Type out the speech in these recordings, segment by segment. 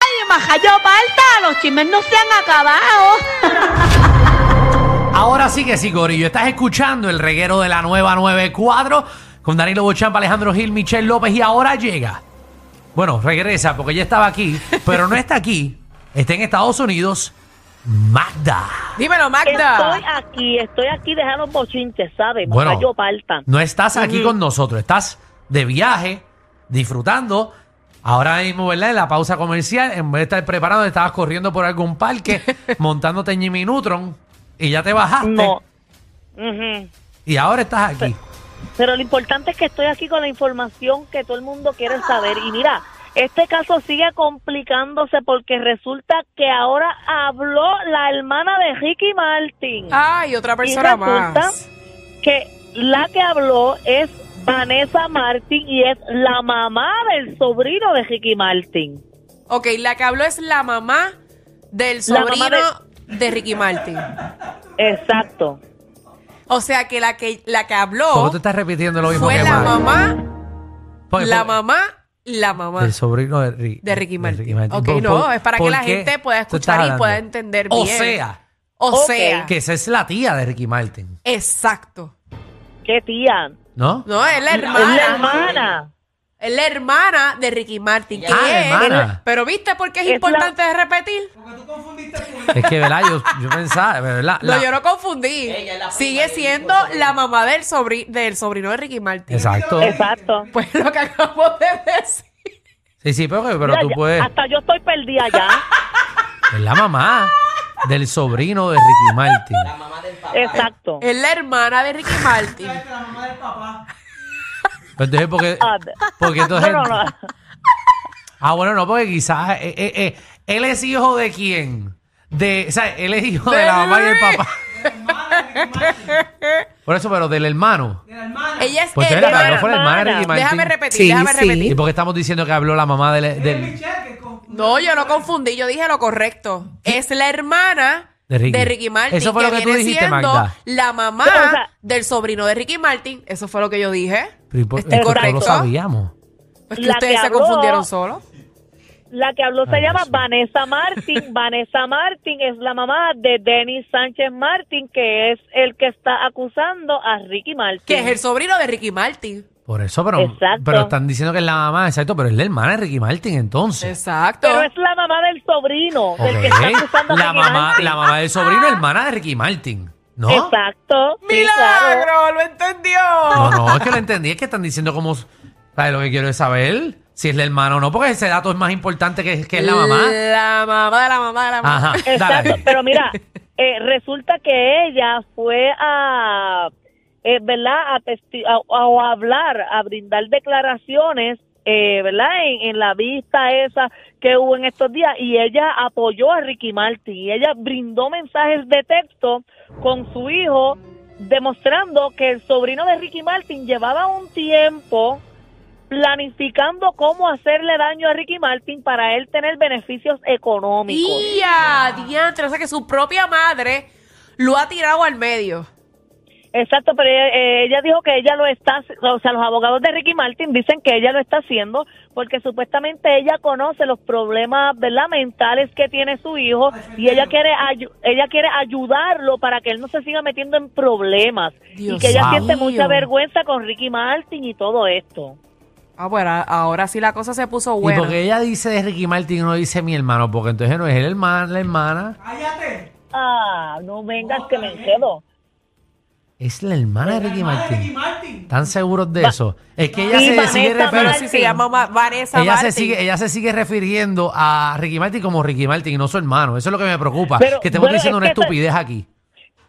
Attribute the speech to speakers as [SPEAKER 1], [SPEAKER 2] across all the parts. [SPEAKER 1] ¡Ay, majayopa alta! ¡Los chismes no se han acabado!
[SPEAKER 2] Ahora sí que sí, Corillo. Estás escuchando el reguero de la nueva 94 con Danilo Bochampa, Alejandro Gil, Michelle López y ahora llega. Bueno, regresa porque ya estaba aquí, pero no está aquí. Está en Estados Unidos, Magda.
[SPEAKER 3] Dímelo,
[SPEAKER 1] Estoy
[SPEAKER 3] Magda.
[SPEAKER 1] aquí, estoy aquí, deja los bochinches, ¿sabes?
[SPEAKER 2] Bueno.
[SPEAKER 1] Majayopa alta.
[SPEAKER 2] No estás aquí con nosotros, estás de viaje, disfrutando. Ahora mismo, ¿verdad? En la pausa comercial, en vez de estar preparado, estabas corriendo por algún parque, montándote en Jimmy Neutron y ya te bajaste.
[SPEAKER 1] No. Ujú.
[SPEAKER 2] Y ahora estás aquí.
[SPEAKER 1] Pero lo importante es que estoy aquí con la información que todo el mundo quiere saber. Y mira, este caso sigue complicándose porque resulta que ahora habló la hermana de Ricky Martin.
[SPEAKER 3] Ay, otra
[SPEAKER 1] y
[SPEAKER 3] persona
[SPEAKER 1] resulta
[SPEAKER 3] más.
[SPEAKER 1] que la que habló es Vanessa Martin y es la mamá del sobrino de Ricky Martin.
[SPEAKER 3] Ok, la que habló es la mamá del
[SPEAKER 1] La mamá
[SPEAKER 3] sobrino de... Ricky Martin.
[SPEAKER 1] Exacto.
[SPEAKER 3] O sea que la que,
[SPEAKER 2] ¿Por
[SPEAKER 3] la que
[SPEAKER 2] qué
[SPEAKER 3] habló
[SPEAKER 2] tú estás repitiendo lo mismo
[SPEAKER 3] fue
[SPEAKER 2] que
[SPEAKER 3] la
[SPEAKER 2] Magda?
[SPEAKER 3] mamá,
[SPEAKER 2] Porque-
[SPEAKER 3] la
[SPEAKER 2] porque-
[SPEAKER 3] mamá, la mamá
[SPEAKER 2] Del sobrino de, Ri-
[SPEAKER 3] de Ricky Martin. Ok,
[SPEAKER 2] ¿Por-
[SPEAKER 3] no,
[SPEAKER 2] por-
[SPEAKER 3] es para que
[SPEAKER 2] por
[SPEAKER 3] la
[SPEAKER 2] qué
[SPEAKER 3] gente pueda
[SPEAKER 2] tú estás
[SPEAKER 3] escuchar y pueda
[SPEAKER 2] hablando?
[SPEAKER 3] entender
[SPEAKER 2] O
[SPEAKER 3] bien.
[SPEAKER 2] sea,
[SPEAKER 3] O
[SPEAKER 1] Ok.
[SPEAKER 3] sea,
[SPEAKER 2] que esa es la tía de Ricky Martin,
[SPEAKER 3] exacto.
[SPEAKER 1] Qué tía.
[SPEAKER 2] ¿no?
[SPEAKER 3] No, es la
[SPEAKER 1] Es
[SPEAKER 3] hermana.
[SPEAKER 1] la hermana.
[SPEAKER 3] Es la hermana de Ricky Martin. que
[SPEAKER 2] Ah,
[SPEAKER 3] es-
[SPEAKER 2] hermana.
[SPEAKER 3] Pero viste por qué es,
[SPEAKER 1] Es la-
[SPEAKER 3] importante repetir.
[SPEAKER 2] Es que, ¿verdad? Yo, yo pensaba, ¿verdad?
[SPEAKER 3] No,
[SPEAKER 2] La-
[SPEAKER 3] yo no confundí. Sigue siendo la mamá del, sobri- del sobrino de Ricky Martin.
[SPEAKER 2] Exacto.
[SPEAKER 1] Exacto.
[SPEAKER 3] Pues lo que acabo de decir.
[SPEAKER 2] Sí, sí, pero, pero
[SPEAKER 1] Mira,
[SPEAKER 2] tú
[SPEAKER 1] ya-
[SPEAKER 2] puedes.
[SPEAKER 1] Hasta yo estoy perdida ya.
[SPEAKER 2] Es la mamá del sobrino de Ricky Martin.
[SPEAKER 1] Exacto.
[SPEAKER 3] Es la hermana de Ricky Martin.
[SPEAKER 2] Pues Entonces, porque,
[SPEAKER 1] Ah, de-
[SPEAKER 2] porque
[SPEAKER 1] No,
[SPEAKER 2] entonces.
[SPEAKER 1] no, no.
[SPEAKER 2] Ah, bueno, no, porque quizás. eh, eh, eh, ¿Él es hijo de quién? De, o sea, él es hijo de,
[SPEAKER 3] De
[SPEAKER 2] la mamá y el
[SPEAKER 3] Ricky.
[SPEAKER 2] papá. Por eso, pero del hermano.
[SPEAKER 3] Ella es
[SPEAKER 2] Pues entonces, la que
[SPEAKER 3] hermana.
[SPEAKER 2] habló fue la hermana de Ricky Martin.
[SPEAKER 3] Déjame repetir,
[SPEAKER 4] Sí,
[SPEAKER 3] déjame
[SPEAKER 4] sí.
[SPEAKER 2] ¿Y
[SPEAKER 3] repetir.
[SPEAKER 2] por qué estamos diciendo que habló la mamá del, del-
[SPEAKER 3] No, yo no confundí, yo dije lo correcto. Es la hermana
[SPEAKER 2] De
[SPEAKER 3] de
[SPEAKER 2] Ricky.
[SPEAKER 3] Ricky, Martin.
[SPEAKER 2] Eso fue lo que tú
[SPEAKER 3] viene
[SPEAKER 2] dijiste,
[SPEAKER 3] siendo
[SPEAKER 2] Magda.
[SPEAKER 3] La mamá
[SPEAKER 1] Pero, o sea-
[SPEAKER 3] del sobrino de Ricky Martin. Eso fue lo que yo dije.
[SPEAKER 2] Pero, ¿y por-
[SPEAKER 3] ¿Estoy
[SPEAKER 2] esto
[SPEAKER 3] correcto?
[SPEAKER 2] lo sabíamos.
[SPEAKER 3] Pues que
[SPEAKER 1] La
[SPEAKER 3] ustedes
[SPEAKER 1] que
[SPEAKER 3] se
[SPEAKER 1] habló-
[SPEAKER 3] confundieron solos.
[SPEAKER 1] La que habló se
[SPEAKER 2] Ay,
[SPEAKER 1] llama
[SPEAKER 2] Dios mío.
[SPEAKER 1] Vanessa Martin. Vanessa Martin es la mamá de Denis Sánchez Martin, que es el que está acusando a Ricky Martin.
[SPEAKER 3] Que es el sobrino de Ricky Martin.
[SPEAKER 2] Por eso, pero,
[SPEAKER 1] Exacto.
[SPEAKER 2] pero están diciendo que es la mamá, exacto, pero es la hermana de Ricky Martin entonces.
[SPEAKER 3] Exacto.
[SPEAKER 1] Pero es la mamá del sobrino, del que
[SPEAKER 2] Ok.
[SPEAKER 1] está acusando a
[SPEAKER 2] La
[SPEAKER 1] Ricky
[SPEAKER 2] mamá,
[SPEAKER 1] Martin. Ah.
[SPEAKER 2] la mamá del sobrino, hermana de Ricky Martin. ¿No?
[SPEAKER 1] Exacto. sí,
[SPEAKER 3] ¡Milagro!
[SPEAKER 1] claro.
[SPEAKER 3] ¡Lo entendió!
[SPEAKER 2] No, no, es que lo entendí, es que están diciendo como ¿sabes lo que quiero es saber si es la hermana o no, porque ese dato es más importante que, que es la mamá.
[SPEAKER 3] La mamá de la mamá de la mamá.
[SPEAKER 2] Ajá,
[SPEAKER 1] Eh, Exacto,
[SPEAKER 2] dale.
[SPEAKER 1] pero mira, eh, resulta que ella fue a, eh, ¿verdad? A, testi- a- a- o a hablar, a brindar declaraciones, eh, ¿verdad? En, en la vista esa que hubo en estos días y ella apoyó a Ricky Martin y ella brindó mensajes de texto con su hijo demostrando que el sobrino de Ricky Martin llevaba un tiempo planificando cómo hacerle daño a Ricky Martin para él tener beneficios económicos.
[SPEAKER 3] Y a diantre, o sea que su propia madre lo ha tirado al medio.
[SPEAKER 1] Exacto, pero ella, eh, ella dijo que ella lo está, o sea, los abogados de Ricky Martin dicen que ella lo está haciendo porque supuestamente ella conoce los problemas ¿verdad? mentales que tiene su hijo y ella quiere ayu- ella quiere ayudarlo para que él no se siga metiendo en problemas y
[SPEAKER 3] Dios
[SPEAKER 1] que ella
[SPEAKER 2] mío.
[SPEAKER 1] siente mucha vergüenza con Ricky Martin y todo esto.
[SPEAKER 3] Ah, bueno, ahora sí la cosa se puso
[SPEAKER 2] Y
[SPEAKER 3] buena.
[SPEAKER 2] porque ella dice de Ricky Martin no dice mi hermano, porque entonces no es el hermano, la hermana,
[SPEAKER 1] Ah, no vengas que me quedo.
[SPEAKER 2] es la hermana de Ricky Martin. ¿Están seguros de eso? Es que ella
[SPEAKER 1] Sí,
[SPEAKER 2] se sigue
[SPEAKER 1] Vanessa
[SPEAKER 3] Pero
[SPEAKER 2] refiriendo.
[SPEAKER 3] sí se llama Ma- Vanessa
[SPEAKER 2] Ella se,
[SPEAKER 3] Martin.
[SPEAKER 2] sigue, ella se sigue refiriendo a Ricky Martin como Ricky Martin y no su hermano. Eso es lo que me preocupa.
[SPEAKER 1] Pero,
[SPEAKER 2] que estemos
[SPEAKER 1] bueno,
[SPEAKER 2] diciendo
[SPEAKER 1] es
[SPEAKER 2] una
[SPEAKER 1] que esa-
[SPEAKER 2] estupidez aquí.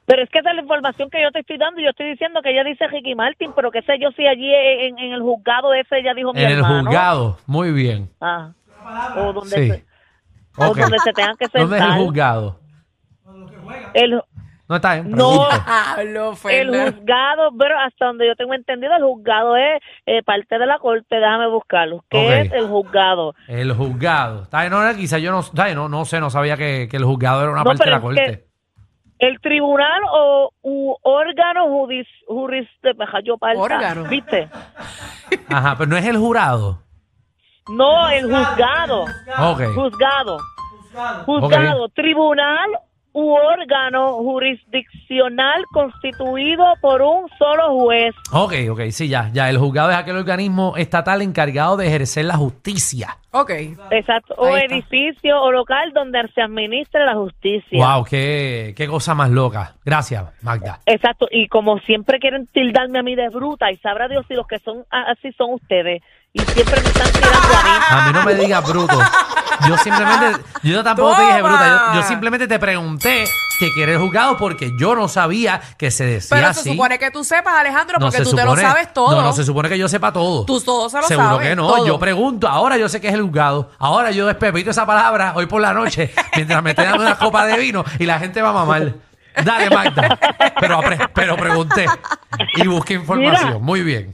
[SPEAKER 1] Pero es que esa es la información que yo te estoy dando. Yo estoy diciendo que ella dice Ricky Martin, pero qué sé yo si allí en, en el juzgado ese ella dijo mi
[SPEAKER 2] En el
[SPEAKER 1] hermano.
[SPEAKER 2] juzgado. Muy bien.
[SPEAKER 1] Ah, o donde
[SPEAKER 2] Sí.
[SPEAKER 1] se- o
[SPEAKER 2] Ok.
[SPEAKER 1] donde se tengan que
[SPEAKER 2] ¿Dónde es el
[SPEAKER 1] sentar.
[SPEAKER 2] juzgado?
[SPEAKER 1] El,
[SPEAKER 2] No está bien.
[SPEAKER 1] No.
[SPEAKER 2] pregunto.
[SPEAKER 3] Hablo,
[SPEAKER 1] el
[SPEAKER 3] Fernando.
[SPEAKER 1] juzgado, pero hasta donde yo tengo entendido, el juzgado es eh, parte de la corte, déjame buscarlo. ¿Qué
[SPEAKER 2] Ok.
[SPEAKER 1] es el juzgado?
[SPEAKER 2] El juzgado. Está bien, no, no, quizá yo no, está bien, no, no sé, no sabía que, que el juzgado era una
[SPEAKER 1] No,
[SPEAKER 2] parte de
[SPEAKER 1] pero
[SPEAKER 2] la
[SPEAKER 1] es
[SPEAKER 2] corte.
[SPEAKER 1] que- El tribunal o u órgano judis, juris, de- ajá, yo palta,
[SPEAKER 3] Órgano.
[SPEAKER 1] ¿viste?
[SPEAKER 2] Ajá, pero no es el jurado.
[SPEAKER 1] No, el juzgado.
[SPEAKER 2] Ok.
[SPEAKER 1] Juzgado. Juzgado. Tribunal u órgano jurisdiccional constituido por un solo juez.
[SPEAKER 2] Ok, ok, sí, ya, ya. El juzgado es aquel organismo estatal encargado de ejercer la justicia.
[SPEAKER 3] Ok.
[SPEAKER 1] Exacto. O
[SPEAKER 3] Ahí está.
[SPEAKER 1] edificio o local donde se administre la justicia.
[SPEAKER 2] Wow, qué, qué cosa más loca. Gracias, Magda.
[SPEAKER 1] Exacto, y como siempre quieren tildarme a mí de bruta, y sabrá Dios si los que son a- así son ustedes, y siempre me están tirando a mí.
[SPEAKER 2] A mí no me digas bruto. Yo simplemente, yo tampoco te dije
[SPEAKER 3] Toma.
[SPEAKER 2] bruta. Yo, yo simplemente te pregunté que quiere el juzgado porque yo no sabía que se decía
[SPEAKER 3] Pero
[SPEAKER 2] así.
[SPEAKER 3] se supone que tú sepas, Alejandro,
[SPEAKER 2] No
[SPEAKER 3] porque
[SPEAKER 2] se
[SPEAKER 3] tú te
[SPEAKER 2] supone-
[SPEAKER 3] lo sabes todo.
[SPEAKER 2] No, no se supone que yo sepa todo.
[SPEAKER 3] Tú todo se lo
[SPEAKER 2] Seguro
[SPEAKER 3] sabes,
[SPEAKER 2] que no.
[SPEAKER 3] todo.
[SPEAKER 2] Yo pregunto, ahora yo sé que es el juzgado. Ahora yo despepito esa palabra hoy por la noche mientras me estoy dando una copa de vino y la gente va a mamar. Dale, Magda. Pero, apre- pero pregunté y busqué información.
[SPEAKER 1] Mira.
[SPEAKER 2] Muy bien.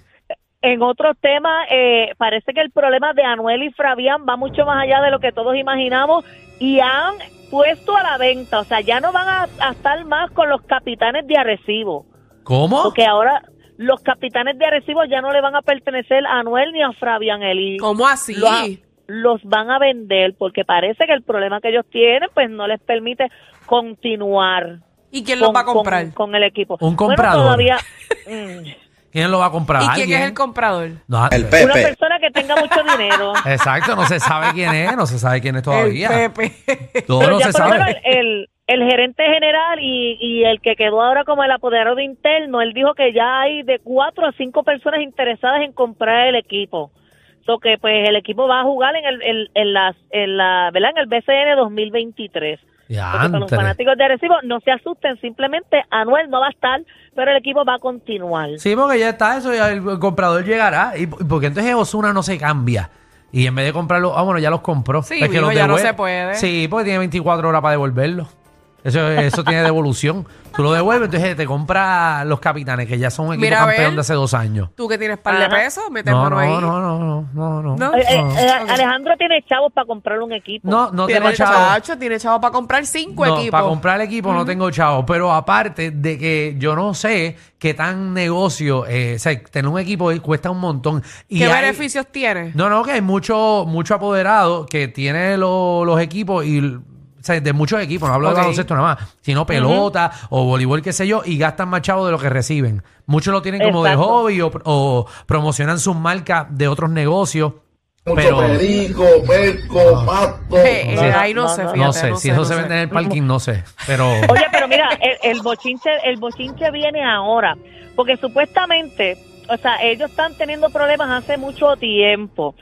[SPEAKER 1] En otros temas, eh, parece que el problema de Anuel y Fabián va mucho más allá de lo que todos imaginamos, y han puesto a la venta, o sea, ya no van a, a estar más con los capitanes de Arecibo,
[SPEAKER 2] ¿Cómo?
[SPEAKER 1] porque ahora los capitanes de Arecibo ya no le van a pertenecer a Anuel ni a Fabián Eli.
[SPEAKER 3] ¿Cómo así?
[SPEAKER 1] lo- los van a vender porque parece que el problema que ellos tienen pues no les permite continuar
[SPEAKER 3] ¿Y quién los va a comprar?
[SPEAKER 1] con, el equipo.
[SPEAKER 2] Un
[SPEAKER 1] Bueno,
[SPEAKER 2] comprador.
[SPEAKER 1] todavía mm,
[SPEAKER 2] ¿Quién lo va a comprar?
[SPEAKER 3] ¿Y quién
[SPEAKER 2] ¿Alguien?
[SPEAKER 3] es el comprador?
[SPEAKER 2] No, eh,
[SPEAKER 4] El Pepe.
[SPEAKER 1] una persona que tenga mucho dinero.
[SPEAKER 2] Exacto, no se sabe quién es, no se sabe quién es todavía.
[SPEAKER 3] El Pepe.
[SPEAKER 2] Todo
[SPEAKER 1] Pero
[SPEAKER 2] no se
[SPEAKER 1] ya por lo
[SPEAKER 2] sabe.
[SPEAKER 1] menos el, el gerente general y, y el que quedó ahora como el apoderado interno, él dijo que ya hay de cuatro a cinco personas interesadas en comprar el equipo. So que pues el equipo va a jugar en el en, en las en la, ¿verdad? En el BCN 2023. Porque para los
[SPEAKER 2] Diantre.
[SPEAKER 1] fanáticos de Arecibo, no se asusten, simplemente Anuel no va a estar, pero el equipo va a continuar.
[SPEAKER 2] Sí, porque ya está eso, ya el comprador llegará. ¿Y por- y porque entonces Osuna no se cambia? Y en vez de comprarlo, ah, bueno, ya los compró.
[SPEAKER 3] Sí,
[SPEAKER 2] Es que
[SPEAKER 3] mijo,
[SPEAKER 2] los
[SPEAKER 3] ya no
[SPEAKER 2] devuelve.
[SPEAKER 3] se puede.
[SPEAKER 2] Sí, porque tiene 24 horas para devolverlo. Eso, eso tiene devolución. Tú lo devuelves, entonces te compra los capitanes, que ya son un equipo
[SPEAKER 3] Mira, a ver.
[SPEAKER 2] campeón de hace dos años.
[SPEAKER 3] ¿Tú que tienes par de
[SPEAKER 1] Ajá.
[SPEAKER 3] pesos? Mete
[SPEAKER 2] No,
[SPEAKER 3] mano
[SPEAKER 2] no,
[SPEAKER 3] ahí.
[SPEAKER 2] no, no, no, no, no.
[SPEAKER 3] No.
[SPEAKER 1] Eh, eh, eh,
[SPEAKER 3] Ok.
[SPEAKER 1] Alejandro tiene chavos para comprar un equipo.
[SPEAKER 2] Ah. No, no
[SPEAKER 3] tiene
[SPEAKER 2] tengo chavo.
[SPEAKER 3] chavo. Tiene chavo para comprar cinco
[SPEAKER 2] No,
[SPEAKER 3] equipos.
[SPEAKER 2] para comprar el equipo no tengo chavo. Pero aparte de que yo no sé qué tan negocio, eh, o sea, tener un equipo eh, cuesta un montón. Y
[SPEAKER 3] ¿Qué
[SPEAKER 2] hay-
[SPEAKER 3] beneficios tiene?
[SPEAKER 2] No, no, que hay mucho, mucho apoderado que tiene lo- los equipos y o sea, de muchos equipos, no hablo
[SPEAKER 3] Ok.
[SPEAKER 2] de baloncesto nada más, sino pelota o voleibol, qué sé yo, y gastan más chavos de lo que reciben. Muchos lo tienen como de
[SPEAKER 1] Exacto.
[SPEAKER 2] hobby o, o promocionan sus marcas de otros negocios.
[SPEAKER 5] Mucho
[SPEAKER 2] pero
[SPEAKER 5] perico, perco, pato.
[SPEAKER 3] Eh, eh,
[SPEAKER 2] no,
[SPEAKER 3] ahí no,
[SPEAKER 1] no,
[SPEAKER 3] sé,
[SPEAKER 1] no,
[SPEAKER 3] fíjate.
[SPEAKER 2] no sé, si eso
[SPEAKER 3] no
[SPEAKER 2] se
[SPEAKER 3] sé.
[SPEAKER 2] vende en el parking, no sé. Pero
[SPEAKER 1] Oye, pero mira, el, el bochinche, el bochinche viene ahora, porque supuestamente, o sea, ellos están teniendo problemas hace mucho tiempo.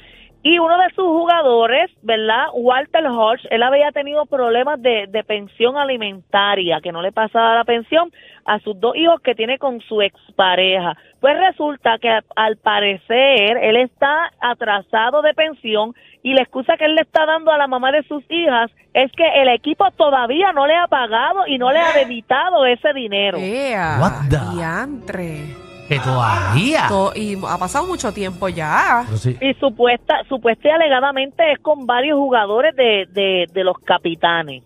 [SPEAKER 1] Y uno de sus jugadores, ¿verdad? Walter Hodge, él había tenido problemas de, de pensión alimentaria, que no le pasaba la pensión a sus dos hijos que tiene con su expareja. Pues resulta que a- al parecer él está atrasado de pensión y la excusa que él le está dando a la mamá de sus hijas es que el equipo todavía no le ha pagado y no le ha debitado ese dinero.
[SPEAKER 3] Ea,
[SPEAKER 2] What the- Ah.
[SPEAKER 3] diantre.
[SPEAKER 2] que todavía.
[SPEAKER 3] To- y ha pasado mucho tiempo ya.
[SPEAKER 2] Pero sí.
[SPEAKER 1] Y supuesta, supuesta y alegadamente es con varios jugadores de, de, de los capitanes.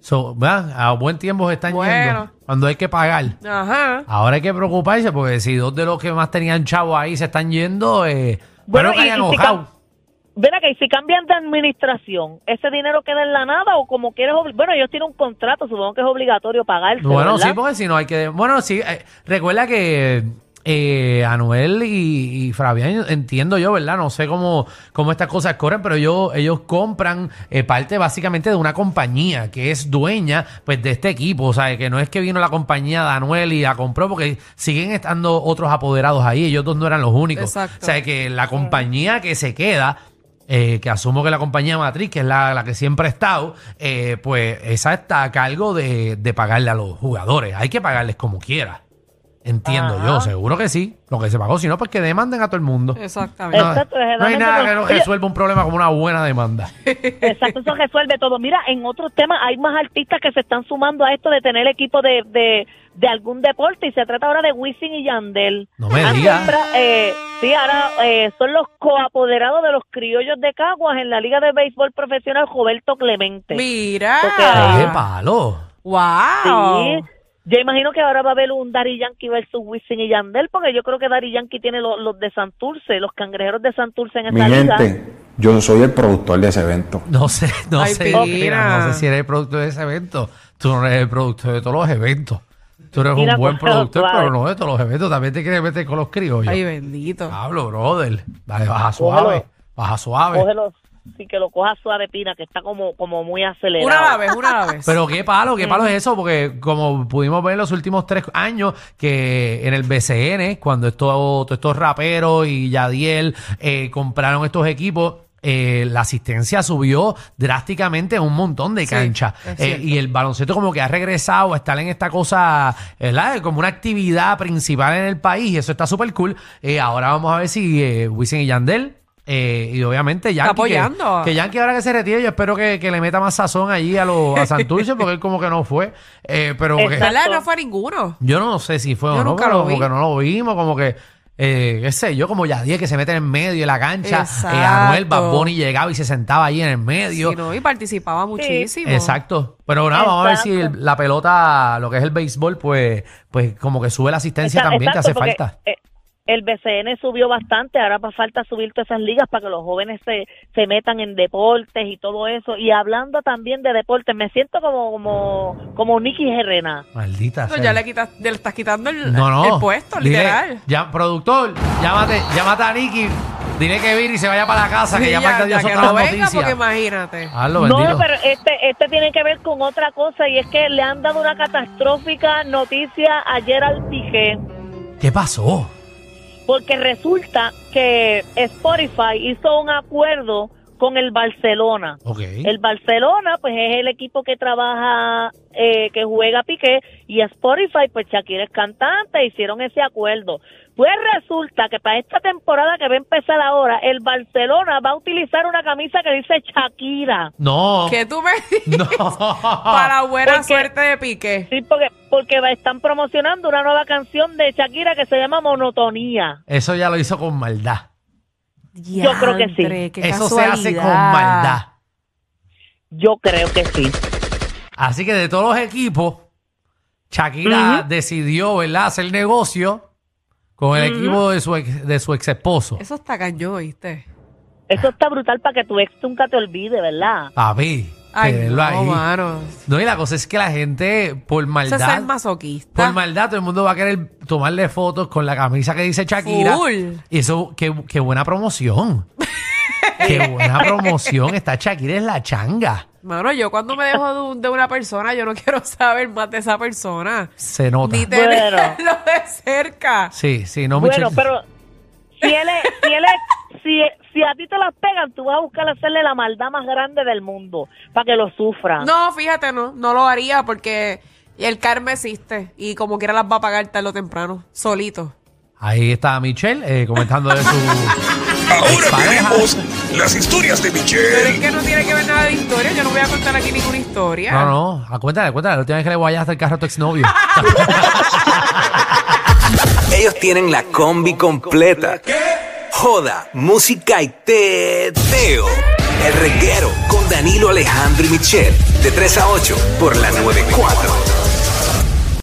[SPEAKER 2] So, vean, a buen tiempo se están
[SPEAKER 3] Bueno.
[SPEAKER 2] yendo. Cuando hay que pagar.
[SPEAKER 3] Ajá.
[SPEAKER 2] Ahora hay que preocuparse porque si dos de los que más tenían chavo ahí se están yendo, eh,
[SPEAKER 1] Bueno,
[SPEAKER 2] bueno, que
[SPEAKER 1] y- este
[SPEAKER 2] hayan
[SPEAKER 1] y si
[SPEAKER 2] ojado.
[SPEAKER 1] Ven acá, y si cambian de administración, ¿ese dinero queda en la nada o como quieres? obli- Bueno, ellos tienen un contrato, supongo que es obligatorio pagarse,
[SPEAKER 2] Bueno,
[SPEAKER 1] ¿verdad?
[SPEAKER 2] sí, porque si no hay que... Bueno, sí, eh, recuerda que eh, Anuel y, y Fabián, entiendo yo, ¿verdad? No sé cómo, cómo estas cosas corren, pero ellos, ellos compran eh, parte básicamente de una compañía que es dueña pues de este equipo. O sea, que no es que vino la compañía de Anuel y la compró porque siguen estando otros apoderados ahí. Ellos dos no eran los únicos.
[SPEAKER 3] Exacto.
[SPEAKER 2] O sea, que la compañía que se queda... eh, que asumo que la compañía matriz, que es la, la que siempre ha estado, eh, pues esa está a cargo de, de pagarle a los jugadores. Hay que pagarles como quiera. Entiendo
[SPEAKER 1] Ajá.
[SPEAKER 2] yo, seguro que sí. Lo que se pagó, si no, pues que demanden a todo el mundo.
[SPEAKER 3] Exactamente.
[SPEAKER 2] No,
[SPEAKER 1] Exacto,
[SPEAKER 2] no hay
[SPEAKER 1] generalmente
[SPEAKER 2] nada que
[SPEAKER 1] los-
[SPEAKER 2] no resuelva un problema como una buena demanda.
[SPEAKER 1] Exacto, eso resuelve todo. Mira, en otros temas hay más artistas que se están sumando a esto de tener equipo de, de, de algún deporte y se trata ahora de Wisin y Yandel.
[SPEAKER 2] No me
[SPEAKER 1] Ah,
[SPEAKER 2] digas.
[SPEAKER 1] compra, eh, sí, ahora eh, son los coapoderados de los criollos de Caguas en la Liga de Béisbol Profesional Roberto Clemente.
[SPEAKER 3] Mira.
[SPEAKER 1] Porque-
[SPEAKER 2] ¡Qué palo!
[SPEAKER 3] Wow.
[SPEAKER 1] Sí. Yo imagino que ahora va a haber un Dari Yankee versus Wisin y Yandel, porque yo creo que Dari Yankee tiene los, los de Santurce, los cangrejeros de Santurce en
[SPEAKER 4] Mi
[SPEAKER 1] esta liga.
[SPEAKER 4] gente, yo soy el productor de ese evento.
[SPEAKER 2] No sé, no
[SPEAKER 3] Ay,
[SPEAKER 2] sé.
[SPEAKER 3] Pina.
[SPEAKER 2] Pina, no sé si eres el producto de ese evento. Tú no eres el producto de todos los eventos. Tú eres
[SPEAKER 1] Pina,
[SPEAKER 2] un buen
[SPEAKER 1] cuidado,
[SPEAKER 2] productor,
[SPEAKER 1] suave.
[SPEAKER 2] pero no de todos los eventos. También te quieres meter con los criollos.
[SPEAKER 3] Ay, bendito.
[SPEAKER 2] Pablo, brother. Dale, baja suave. Baja suave.
[SPEAKER 1] Cógelo, sí, que lo coja suave, Pina, que está como, como muy acelerado.
[SPEAKER 3] Una a la vez, una a la vez.
[SPEAKER 2] Pero qué palo, qué palo es eso, porque como pudimos ver en los últimos tres años que en el BCN, cuando estos, todos estos raperos y Yadiel eh, compraron estos equipos, eh, la asistencia subió drásticamente en un montón de
[SPEAKER 3] Sí,
[SPEAKER 2] canchas.
[SPEAKER 3] es
[SPEAKER 2] Eh,
[SPEAKER 3] cierto.
[SPEAKER 2] y el baloncesto como que ha regresado a estar en esta cosa, ¿verdad? Como una actividad principal en el país y eso está súper cool. Eh, ahora vamos a ver si eh, Wisin y Yandel... eh, y obviamente Yankee que-
[SPEAKER 3] apoyando.
[SPEAKER 2] que Yankee ahora que se retire, yo espero que, que le meta más sazón allí a, los a Santurce, porque él como que no fue. Eh, pero que-
[SPEAKER 1] Exacto.
[SPEAKER 3] ¿Verdad? No fue a ninguno.
[SPEAKER 2] yo no sé si fue o
[SPEAKER 3] Yo
[SPEAKER 2] no,
[SPEAKER 3] nunca
[SPEAKER 2] pero
[SPEAKER 3] lo
[SPEAKER 2] como
[SPEAKER 3] vi.
[SPEAKER 2] que no lo vimos, como que, eh, qué sé yo, como Yadier que se mete en el medio de la cancha,
[SPEAKER 3] Exacto.
[SPEAKER 2] eh, Anuel, Bad Bunny llegaba y se sentaba ahí en el medio.
[SPEAKER 3] Sí, no, y participaba muchísimo.
[SPEAKER 2] Exacto. Pero nada, vamos a ver si
[SPEAKER 1] Exacto.
[SPEAKER 2] el- la pelota, lo que es el béisbol, pues, pues como que sube la asistencia
[SPEAKER 1] Exacto,
[SPEAKER 2] también que hace
[SPEAKER 1] porque,
[SPEAKER 2] falta.
[SPEAKER 1] eh, el BCN subió bastante, ahora pa- falta subir todas esas ligas para que los jóvenes se, se metan en deportes y todo eso. Y hablando también de deportes, me siento como como, como Nicky Herrena.
[SPEAKER 2] Maldita
[SPEAKER 3] No,
[SPEAKER 2] sea.
[SPEAKER 3] ya le, quitas, le estás quitando el,
[SPEAKER 2] No, no.
[SPEAKER 3] el puesto,
[SPEAKER 2] Dile,
[SPEAKER 3] literal.
[SPEAKER 2] Ya, productor, llámate, llámate a Nicky. Dile que vire y se vaya para la casa, que
[SPEAKER 3] Sí,
[SPEAKER 2] ya falta Dios
[SPEAKER 3] que
[SPEAKER 2] otra
[SPEAKER 3] no
[SPEAKER 2] la
[SPEAKER 3] venga, porque
[SPEAKER 2] noticia. Ah,
[SPEAKER 3] imagínate.
[SPEAKER 2] Hazlo, bendito.
[SPEAKER 1] No, pero este, este tiene que ver con otra cosa y es que le han dado una catastrófica noticia ayer al Piqué.
[SPEAKER 2] ¿Qué pasó?
[SPEAKER 1] porque resulta que Spotify hizo un acuerdo con el Barcelona.
[SPEAKER 2] Ok.
[SPEAKER 1] El Barcelona, pues es el equipo que trabaja, eh, que juega Piqué, y Spotify, pues Shakira es cantante, hicieron ese acuerdo. Pues resulta que para esta temporada que va a empezar ahora, el Barcelona va a utilizar una camisa que dice Shakira.
[SPEAKER 2] No. Ah.
[SPEAKER 3] Que tú me
[SPEAKER 2] No.
[SPEAKER 3] para buena
[SPEAKER 1] Porque-
[SPEAKER 3] suerte de pique.
[SPEAKER 1] Sí, porque, porque va- están promocionando una nueva canción de Shakira que se llama Monotonía.
[SPEAKER 2] Eso ya lo hizo con maldad.
[SPEAKER 1] Yo creo que sí.
[SPEAKER 3] Diantre, qué
[SPEAKER 2] Eso se hace con
[SPEAKER 3] casualidad.
[SPEAKER 2] maldad.
[SPEAKER 1] Yo creo que sí.
[SPEAKER 2] Así que de todos los equipos, Shakira decidió, ¿verdad?, hacer negocio con el equipo de su ex, de su ex esposo.
[SPEAKER 3] Eso está cañón, ¿viste?
[SPEAKER 1] Eso está brutal para que tu ex nunca te olvide, ¿verdad?
[SPEAKER 2] Papi,
[SPEAKER 3] Ay,
[SPEAKER 2] tenerlo
[SPEAKER 3] no,
[SPEAKER 2] ahí.
[SPEAKER 3] mano.
[SPEAKER 2] No, y la cosa es que la gente, por
[SPEAKER 3] Eso
[SPEAKER 2] maldad.
[SPEAKER 3] es ser masoquista.
[SPEAKER 2] Por maldad, todo el mundo va a querer tomarle fotos con la camisa que dice Shakira.
[SPEAKER 3] Full.
[SPEAKER 2] Y eso, qué, qué buena promoción. qué buena promoción. Esta Shakira es la changa.
[SPEAKER 3] Mano, yo cuando me dejo de, un- de una persona, yo no quiero saber más de esa persona.
[SPEAKER 2] Se nota.
[SPEAKER 3] Ni
[SPEAKER 1] Bueno.
[SPEAKER 3] tenerlo de cerca.
[SPEAKER 2] Sí, sí, no
[SPEAKER 1] Bueno,
[SPEAKER 2] Michelle-
[SPEAKER 1] pero si él es- si él es- si, si a ti te las pegan, tú vas a buscar hacerle la maldad más grande del mundo para que lo sufran.
[SPEAKER 3] No, fíjate, no, no lo haría porque el karma existe y como quiera las va a pagar tarde o temprano, solito.
[SPEAKER 2] Ahí está Michelle eh, comentando de su.
[SPEAKER 6] Ahora
[SPEAKER 2] Pareja.
[SPEAKER 6] veremos las historias de
[SPEAKER 3] Pero es
[SPEAKER 6] Michelle.
[SPEAKER 3] que no tiene que ver nada de historia, yo no voy a contar aquí ninguna historia.
[SPEAKER 2] No, no, ah, cuéntale, cuéntale. La última vez que le guayaste el carro a tu exnovio.
[SPEAKER 7] Ellos tienen la combi completa. Joda, música y teo. El reguero con Danilo Alejandro y Michel. De 3 a 8 por la 94.